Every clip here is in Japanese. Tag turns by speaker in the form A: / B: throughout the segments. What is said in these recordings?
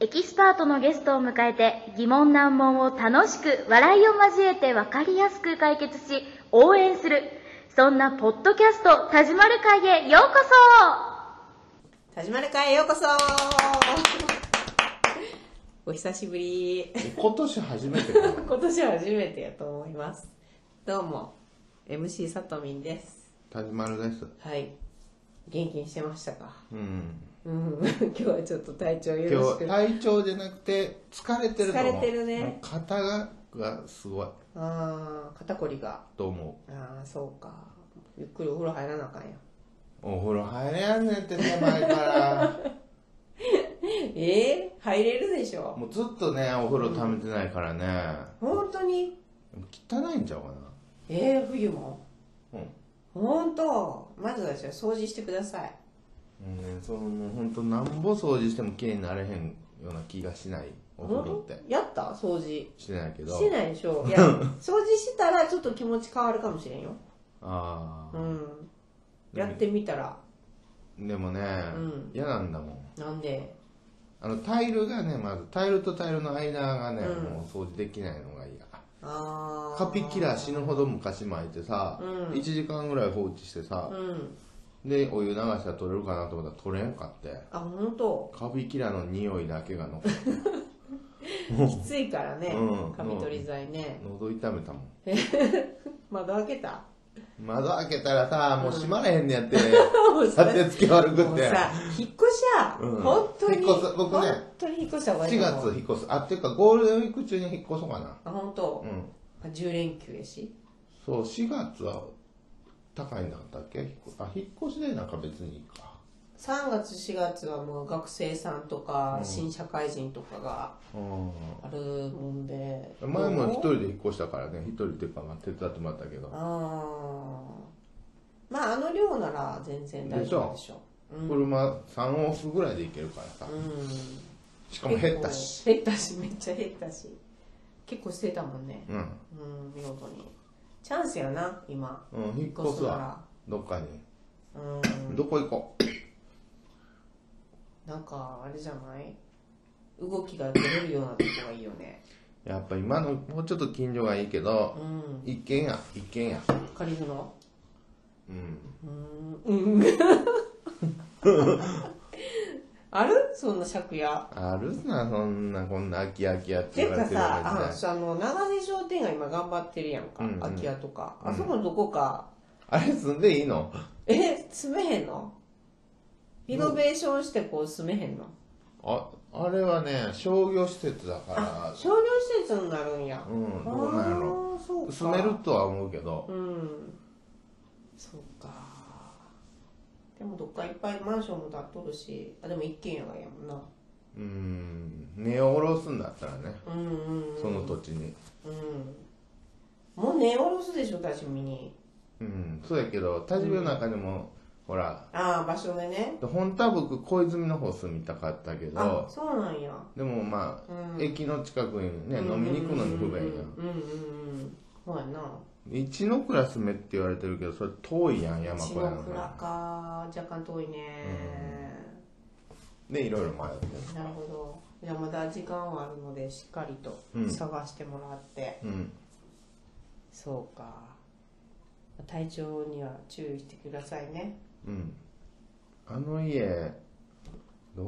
A: エキスパートのゲストを迎えて疑問難問を楽しく笑いを交えて分かりやすく解決し応援するそんなポッドキャスト「田島る会」へようこ
B: 田島る会へようこそ お久しぶり
C: 今年初めてかな
B: 今年は初めてやと思いますどうも MC さとみんです
C: 田島るです
B: はい元気にしてましたか
C: うん
B: うん 今日はちょっと体調よ
C: 今
B: ろし
C: 日
B: く
C: 体調じゃなくて疲れてると思う
B: 疲れてるね
C: もう肩ががすごい
B: ああ肩こりが
C: と思
B: ああそうかゆっくりお風呂入らなあかんや
C: うお風呂入れやんねんってね前から
B: ええ入れるでしょ
C: もうずっとねお風呂溜めてないからね、
B: 本当に
C: 汚いんちゃうか
B: ええ冬も
C: なうん
B: 本当まずはじゃあ掃除してください
C: もうねそのもうほんとなんぼ掃除しても綺麗になれへんような気がしないお風呂って
B: やった掃除
C: してないけど
B: してないでし ょいや掃除したらちょっと気持ち変わるかもしれんよ
C: あ
B: う
C: あ、
B: んやってみたら
C: でもね、
B: うん
C: 嫌なんだもん
B: なんで
C: あのタイルがねまずタイルとタイルの間がね、
B: うん
C: もう掃除できないのが嫌
B: ああ
C: カピキラー死ぬほど昔巻いてさ、
B: うん
C: 1時間ぐらい放置してさ
B: う、ん
C: でお湯流したら取れるかなと思ったら取れんかって
B: あ本当
C: カピキラーの 匂いだけが残って
B: きついからね、
C: うん
B: カミ取り剤ね、
C: 喉痛めたもん
B: 窓開けた
C: 窓開けたらさもう閉まれへんねやって、
B: もう
C: 立
B: さ
C: てつけ悪く
B: も
C: っ
B: う
C: て
B: さ引っ越しや、
C: うん
B: 本当に
C: 引っ越す僕ね
B: 本当に引っ越した方がいい
C: 4
B: と思う
C: 月引っ越すあっていうかゴールデンウィーク中に引っ越そうかな
B: あ本当
C: う、ん
B: まあ10連休やし
C: そう4月は高いんだったっけ引っ越あ引っ越しでなんか別にいいか
B: 3月4月はもう学生さんとか、新社会人とかが
C: うん
B: あるもんで
C: 前も一人で引っ越したからね一人っていうかまあ手伝ってもらったけど
B: あーまああの量なら全然大丈夫でしょうん
C: 車3往復ぐらいで行けるからさ
B: うん
C: しかも減ったし
B: 減ったしめっちゃ減ったし結構してたもんね
C: うん、
B: うん見事にチャンスやな今
C: うん、引っ越すわ
B: な
C: どっかに
B: らうん
C: どこ行こう
B: なんかあれじゃない動きが取れるようなとこがいいよね
C: やっぱ今のもうちょっと近所がいいけど
B: うん
C: 一軒家一軒家
B: 借りるの
C: うん
B: うんうん あるそんな借家
C: あるなそんなこんな空き空き家って
B: てい
C: 言わ
B: う
C: れ
B: か
C: てるよ
B: さあの
C: うな時代
B: そうあの長瀬商店街今頑張ってるやんか、
C: うんうん
B: 空き家とかあそこのどこか、
C: あれ住んでいいの
B: え住めへんのリノベーションしてこう住めへんの、
C: ああれはね商業施設だか
B: 商業施設になるんや
C: らうんどうなんやろ
B: あーそうか
C: 住めるとは思うけど
B: うんそうかでもどっかいっぱいマンションも建っとるしあでも一軒家がいいやもんな
C: うん根を下ろすんだったらね
B: うんうんうん
C: その土地に
B: うんもう寝下ろすでしょ私見に
C: うんそうやけど田島の中でも、ほら
B: ああ場所でね
C: 本当は僕小泉の方住みたかったけ
B: あ
C: ど
B: そうなんや
C: でもまあ、
B: うん
C: 駅の近くにね飲みに行くのに不便や
B: う
C: ん
B: んうんうんうんそうやな
C: 一ノ倉住めって言われてるけどそれ遠いやん山小
B: 下
C: 屋の
B: 倉か若干遠いね、
C: でいろいろ迷って
B: なるほどじゃあまだ時間はあるのでしっかりと
C: うん
B: 探してもらって、
C: うん
B: そうか体調には注意してくださいね
C: うんあの家どう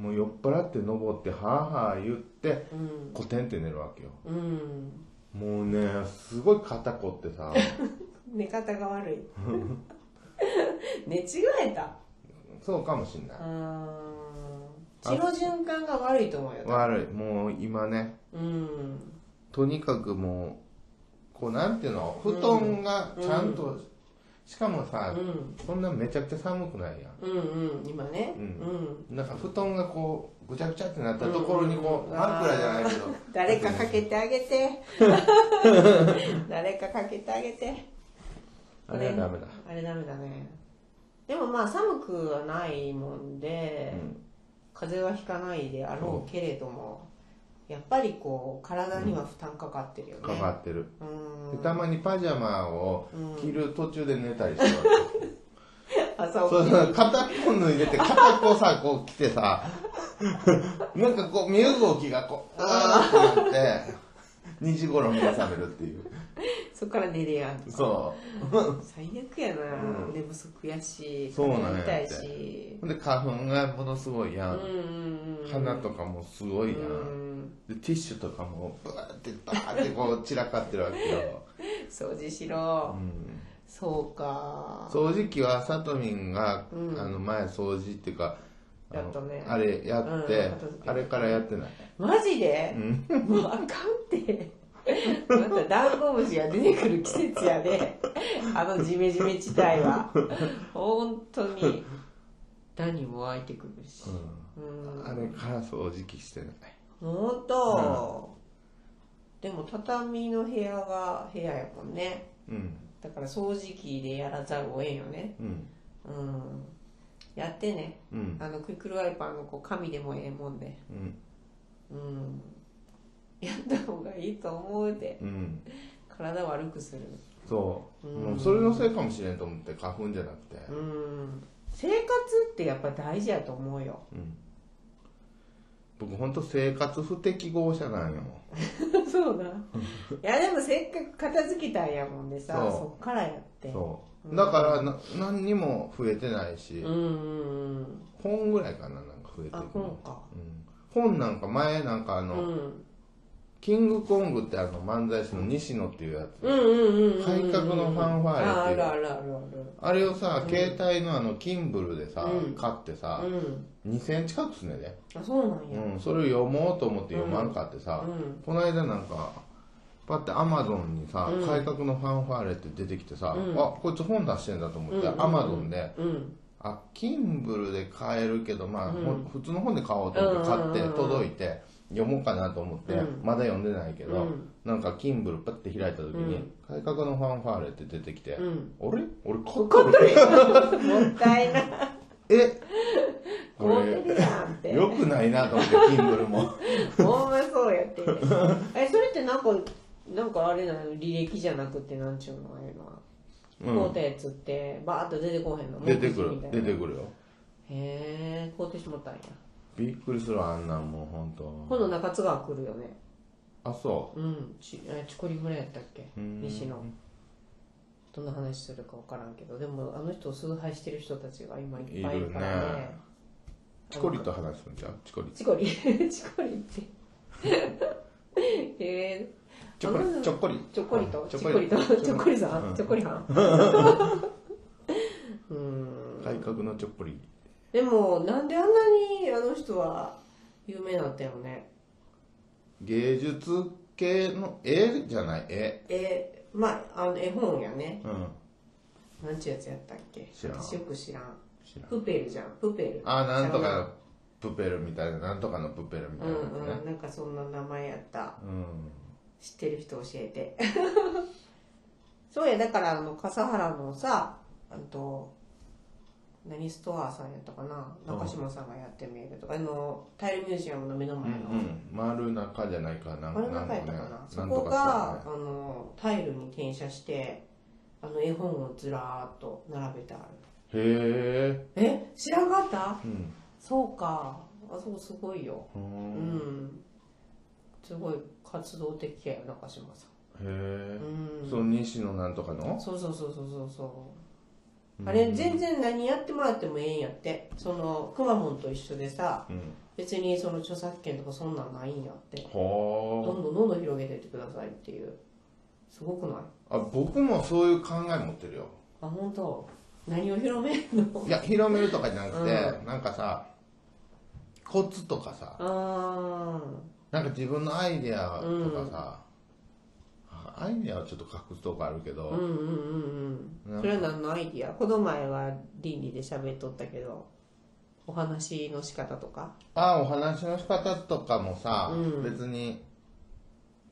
C: なんもう酔っ払って登ってはあはあ言って
B: うん
C: コテンって寝るわけよ
B: うん
C: もうねすごい肩こっ てさ
B: 寝方が 悪い寝違えた
C: そうかもしんないう
B: ーん血の循環が悪いと思うよ
C: 悪いもう今ね
B: うん
C: とにかくもうこうなんていうの布団がちゃんと、しかも
B: う
C: さ、
B: ん
C: そんなめちゃくちゃ寒くないやん
B: うんうん今ね
C: うん
B: うん
C: なんか布団がこうぐちゃぐちゃってなったところにこう、
B: うん
C: 枕じゃないけど
B: 誰かかけてあげ て誰かかけてあげて
C: あれはダメだ、
B: あれダメだねでもまあ寒くはないもんで、
C: うん
B: 風邪はひかないであろうけれどもやっぱりこう体には負担かかってるよね
C: かかってる、
B: うー
C: で
B: ん
C: たまにパジャマを着る途中で寝たりしてるわけ、
B: 朝
C: そう
B: 起き
C: そう片っぽ脱いでて片っぽさこう着てさ なんかこう身動きがこうあーってなって2時頃目が覚めるっていう
B: そっから寝れやん
C: そ
B: 最悪やな、
C: うん
B: 寝不足やし
C: そうなんや
B: 鼻痛いし
C: うで花粉がものすごいや、
B: うんんうんうん
C: 鼻とかもすごいやん、
B: うん
C: でティッシュとかもブワーってバーってこう散らかってるわけよ、
B: 掃除し
C: う
B: ろ、
C: ん、
B: そうか
C: 掃除機はさとみんが、
B: うん
C: あの前掃除っていうかあの
B: やったね
C: あれやって、
B: うん片付け
C: あれからやってない、
B: マジで
C: う、ん、
B: もうあかんってまたダンゴムシが出てくる季節やであのジメジメ地帯は本当にダニも湧いてくるし、うん
C: あれから掃除機してない
B: 本当、でも畳の部屋が部屋やもんね
C: うん
B: だから掃除機でやらざるをえんよね
C: うん
B: うんやってね
C: うん
B: あのクイックルワイパーのこう紙でもええもんで
C: うん
B: うんやった方がいいと思うで
C: うん
B: 体悪くする
C: そう、
B: うん
C: もうそれのせいかもしれんと思って花粉じゃなく
B: う
C: て
B: ん生活ってやっぱ大事やと思うよ
C: うん僕ほんと生活不適合者なんよ
B: そうないやでもせっかく片付けたんやもんでさ
C: そう
B: そっからやって
C: そうだからな何にも増えてないし、
B: うんうんうん
C: 本ぐらいかななんか増えてる
B: あ本か
C: うん本なんか前なんかあ
B: う
C: の、
B: ん
C: キングコングってあの漫才師の西野っていうやつ、
B: うんうんうんうん
C: 改革のファンファーレ
B: あ
C: って
B: あ
C: いう
B: るあるあるあ
C: あれをさ、携帯のあのキンブルでさ、
B: うん
C: 買ってさ、
B: るうん
C: 2000近くすねで、
B: あそうなんや
C: うん、それを読もうと思って読まんかってさ、
B: うん
C: この間なんかパッてアマゾンにさ、
B: うん
C: 改革のファンファーレって出てきてさ、
B: うん
C: あこいつ本出してんだと思って、
B: うんうん
C: アマゾンで
B: うん
C: あキンブルで買えるけどまあ、
B: うん
C: ほ普通の本で買おうと思って買
B: うんうん
C: っ
B: うん
C: て届いて読もうかなと思って、
B: うん
C: まだ読んでないけど、
B: うん
C: なんかキンブルパッて開いた時に「改革のファンファーレ」って出てきて「
B: うん
C: あれ俺買
B: 怒っ
C: っ
B: と
C: た
B: る
C: の
B: よ もったいない
C: え こ
B: こう
C: れ
B: てるやんって
C: よくないなと思ってキンブ ルも
B: ほんまそうやってえそれってなんかなんかあれなの履歴じゃなくてなんちゅうのあれ
C: う
B: な買うんたやつってバーッと出てこへんの
C: 出てくる
B: 目次みたい
C: 出
B: な
C: てくるよ
B: へえ買うてしまったんや
C: びっくりするあんなんもうほん
B: 今度
C: と
B: 中津川来るよね
C: あそ
B: うんちえチコリ村やったっけ
C: ううん
B: 西野どんな話するか分からんけどでもあの人を崇拝してる人たちが今いっぱいいるから
C: いる
B: ね
C: ねチコリと話すんじゃんチコリ
B: チコリ チコリってへえ
C: チョコ
B: あの
C: リチョコリ
B: チョコリと、
C: うん
B: チョコリと、チョコリさん、
C: うん
B: チョコリはん。 うん。
C: 改革のチョコリ
B: でも、なんであんなにあの人は有名なんだよね。
C: 芸術系の絵じゃない絵
B: え、まあ、あの絵本やね。
C: うん
B: なんちゅうやつやったっけ
C: 知らん
B: 私よく知らん。
C: 知らん
B: プペルじゃん、プペル。
C: あなんとかのプペルみたいななんとかのプペルみ
B: う
C: たい
B: ん
C: なや
B: うん、
C: つね
B: なんかそんな名前やった。
C: うん
B: 知ってる人教えて。 そうや、だからあの、笠原のさ、あと、何ストアさんやったかな
C: うん
B: 中島さんがやってみるとか、あの、タイルミュージアムの目の
C: う
B: 前
C: ん
B: の、
C: うん丸中じゃないかな
B: あれ
C: な
B: の
C: ん
B: 中
C: か
B: やっ
C: ね
B: たかなそ
C: なんと
B: こ
C: か
B: が、
C: さ
B: あの、タイルに転写して、あの、絵本をずらーっと並べてある。
C: へえ
B: え知らんかった
C: うん
B: そうか。あ、そう、すごいよ。
C: う
B: うんん。すごい活動的やよ、中島さ
C: へえ
B: ん。うん。
C: その西野なんとかの
B: そうそうそうそうそうそうあれ全然何やってもらってもええんやってそのくまモンと一緒でさ
C: うん
B: 別にその著作権とかそんなんないんやってど
C: は
B: んどんどんどん広げていってくださいっていうすごくない
C: ああ僕もそういう考え持ってるよ
B: あ本当何を広めるの
C: いや広めるとかじゃなく
B: う
C: てなんかさコツとかさ
B: あ
C: なんか自分のアイデアとかさ、あアイデアはちょっと隠すとこあるけ
B: あ
C: ど、
B: うんうんうんうんそれは何のアイディアこの前は倫理で喋っとったけどお話の仕方とか
C: ああお話の仕方とかもさ、
B: うん
C: 別に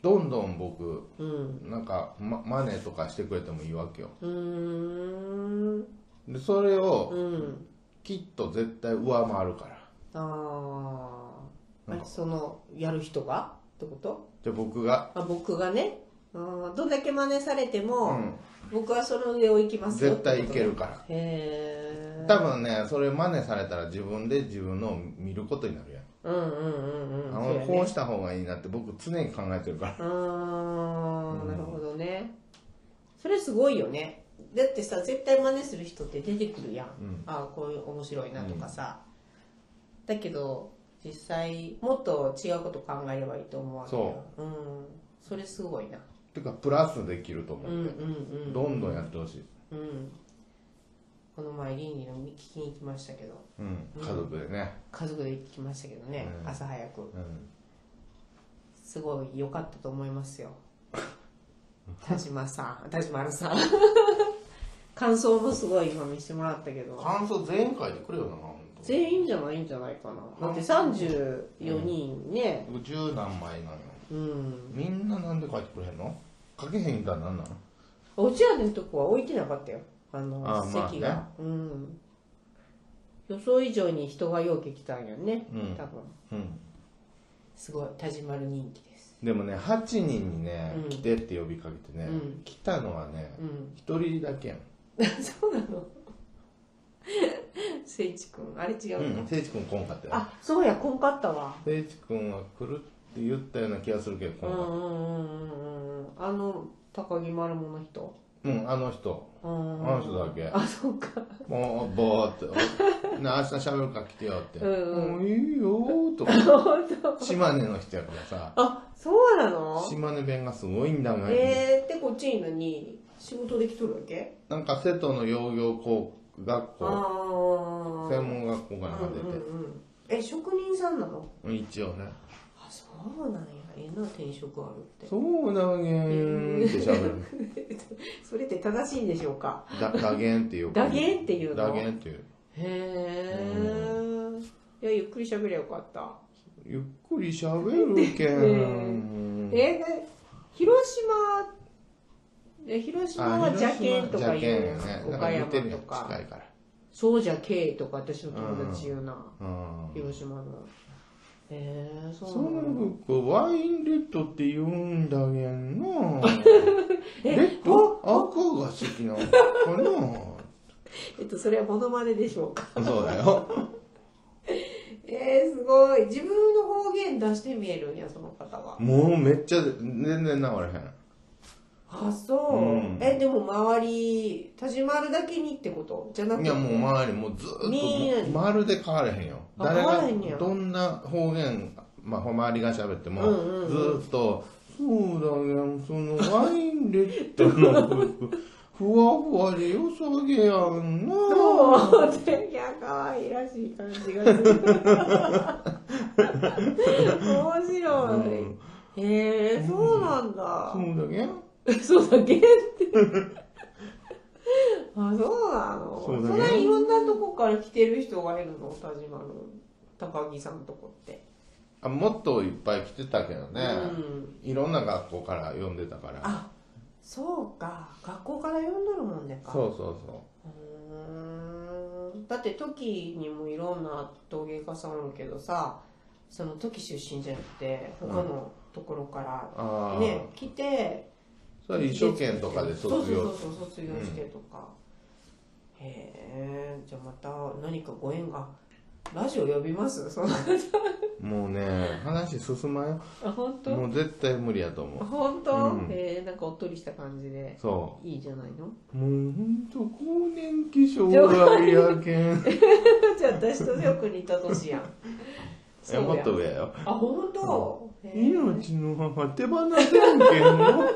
C: どんどん僕
B: うん
C: なんか、ま、マネとかしてくれてもいいわけよ
B: うーん
C: でそれを
B: うん
C: きっと絶対上回るから
B: あー
C: なん
B: あ
C: か
B: そのやる人がってこと
C: じゃあ僕が、
B: あ僕がねうんどんだけ真似されて
C: う
B: も、
C: ん、
B: 僕はその上を行きますよ
C: 絶対いけ
B: る
C: るから
B: へえ
C: 多分ねそれ真似されたら自分で自分のを見ることになるやん
B: ううんうんうんうん
C: あ
B: そう
C: の
B: や
C: こ
B: ね
C: うした方がいいなって僕常に考えてるから
B: うーんなるほどねそれすごいよねだってさ絶対真似する人って出てくるやん、
C: うん
B: ああこういう面白いなとかさ、だけど実際もっと違うこと考えればいいと思うわけようんそれすごいな
C: てかプラスできると思
B: うんうん
C: う、
B: うん
C: どんどんやってほしい、
B: うんこの前リンリンの聞きに行きましたけど
C: うん、
B: うん
C: 家族でね、
B: 家族で行きましたけどね、
C: うん
B: 朝早く
C: うん、
B: すごい良かったと思います よ田島さん田島る さん感想もすごい今見せてもらったけど
C: 感想全員書いてくれよなほんと
B: 全員じゃないんじゃないかなだって34人ね
C: 僕十何枚なのよ
B: うん
C: みんななんで書いてくれへんの書けへんからなんなの
B: お茶屋のとこは置いてなかったよあの
C: あーまあね
B: 席が、うん予想以上に人がようけ来たんやね、
C: うん
B: 多分
C: うん
B: すごい田島る人気です
C: でもね8人にね
B: うん
C: 来てって呼びかけてね、
B: うん
C: 来たのはね
B: うん
C: 一人だけやん
B: そうなの 誠一君あれ違う
C: う
B: の、
C: ん誠一君来んかったよ
B: あそうやこんかったわ
C: 誠一君は来るって言ったような気がするけど来
B: うん
C: ん
B: う
C: かっ
B: んうんうんあの高木丸もの人
C: たうんあの人
B: あ
C: あの
B: の
C: 人だけ
B: あそうか
C: もうぼ ーっと「な明日喋るから来てよ」って「
B: うんうん
C: もういいよ」とか島根の人やから さ
B: あそうなの
C: 島根弁がすごいんだもん、
B: えー、でこっちに何仕事できとるわけ
C: なんか瀬戸の養業高学
B: ああ
C: 校専門学校から
B: うん
C: 出
B: うんう
C: て、
B: んえ職人さんなの
C: 一応ね
B: あそうなんやええな転職あるって
C: 「そうなんやん」って 喋る
B: それって正しいんでしょうか
C: だ打言っていう
B: 打言っていうの
C: 打言っていう
B: へえいやゆっくり喋りゃよかった
C: ゆっくり喋るけん、
B: えー広島え広島は邪険とか言うやん、
C: ね
B: 岡山
C: る
B: と
C: やん
B: か
C: 近いから
B: そうじゃけいとか私の友達言うな、
C: うん
B: 広島のえー、そ
C: そう
B: なの
C: の僕ワインレッドって言うんだけ んなレッド赤が好きなのか
B: えっとそれはモノマネでしょうか
C: なそうだよ
B: えー、すごい自分の方言出して見えるんやその方は
C: もうめっちゃ全然流れへん
B: あそう、
C: うん
B: えでも周り田島るだけにってことじゃなくて
C: いやもう周りもうずーっと
B: みんな
C: もうまるで変われへんよ
B: あ
C: 誰
B: 変わらへんねや
C: がどんな方言、まあ、周りが喋っても、
B: うんうんうん
C: ずーっと「そうだねそのワインレッドの僕ふわふわでよさげやんな」
B: そういや可愛いらしい感じがする面白い、
C: うん
B: へえそうなんだ、
C: そうだね
B: そうだけってあそうなの
C: そ
B: そう
C: だね
B: んないろんなとこから来てる人がいるの田島の高木さんとこって
C: あもっといっぱい来てたけどね、
B: うん
C: いろんな学校から呼んでたから
B: あそうか学校から呼んどるもんねか
C: そうそうそう
B: うーんだって時にもいろんな陶芸家さんおるけどさその時出身じゃなくて他のところから、
C: ああ、
B: ね来て
C: それは一生懸命とかで卒業
B: そうそうそうそう卒業してとか、へえじゃあまた何かご縁がラジオ呼びますその
C: もうね話進まんよ
B: あ本当
C: もう絶対無理やと思う
B: 本当、
C: うん
B: へえなんかおっとりした感じで
C: そう
B: いいじゃないの
C: もうほんと更年期障害やけ んい
B: じゃあ私とよく似た年やん
C: やもっと
B: そうや
C: 上やよ
B: あ本当、へえ
C: 命の母手放せんけんの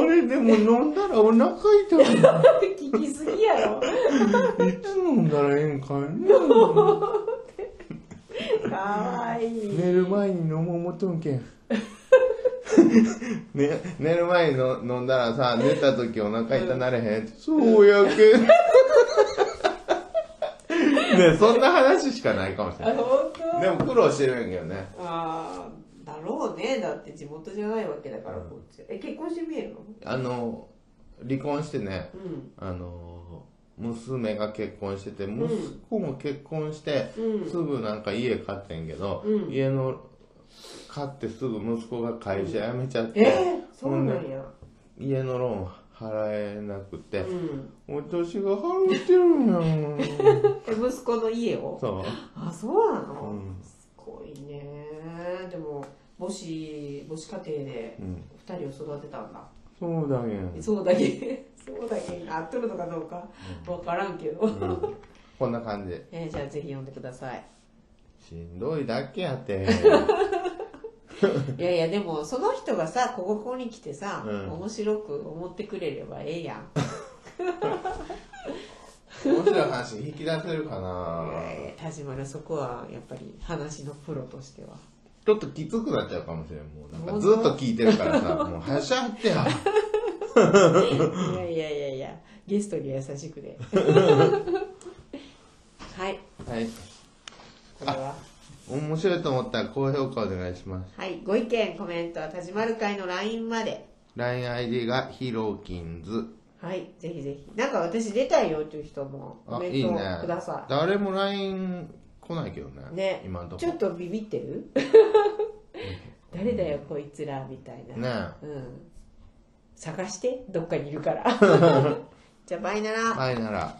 C: あれでも飲んだらお腹痛いな
B: 聞きすぎや ろ
C: いつ飲んだらええんかい
B: か
C: な
B: わいい
C: 寝る前に飲もう思っとんけん ね、寝る前にの飲んだらさ寝た時お腹痛なれへん、そうやけん ねそんな話しかないかもしれない
B: あ本当
C: でも苦労してるんやけどね
B: あーだろうねだって地元じゃないわけだからこっちえ結婚してみえるの
C: あの離婚してね
B: うん
C: あの娘が結婚してて息子も結婚して、
B: うん
C: すぐなんか家買ってんけど、
B: うん
C: 家の買ってすぐ息子が会社辞めちゃって、
B: えー、そうなんや
C: 家のローン払えなくて、
B: うん、
C: 私が払ってるんやもん
B: え息子の家を
C: そ
B: あそうなの、
C: う、うん
B: すごいねでも母子母子家庭で
C: うん、
B: 2人を育てたんだ、
C: そうだげん、
B: そうだけそうだけ合っとるのかどうか分からんけど、
C: うん、こんな感じ
B: えーじゃあぜひ読んでください
C: しんどいだけや て
B: いやいやでもその人がさここに来てさ、
C: うん
B: 面白く思ってくれればええやん
C: 面白い話引き出せるかない
B: やいや田島のそこはやっぱり話のプロとして は
C: ちょっときつくなっちゃうかもしれんもうなんかずっと聞いてるから さもうはしゃってや
B: いやいやいやいやゲストには優しく ではい
C: はい
B: これは
C: 面白いと思ったら高評価お願いします
B: はいご意見コメントは田島る会の LINE まで
C: LINEID がヒロキンズ
B: はいぜひぜひなんか私出たいよっていう人もコ
C: あ
B: メ
C: い
B: ン
C: い
B: トを
C: ね
B: ください
C: 誰も LINE 来ないけどね
B: ね
C: 今んとこ
B: ちょっとビビって る 誰だよこいつらみたいな
C: ね
B: うん探してどっかにいるからじゃあバイなら
C: はいなら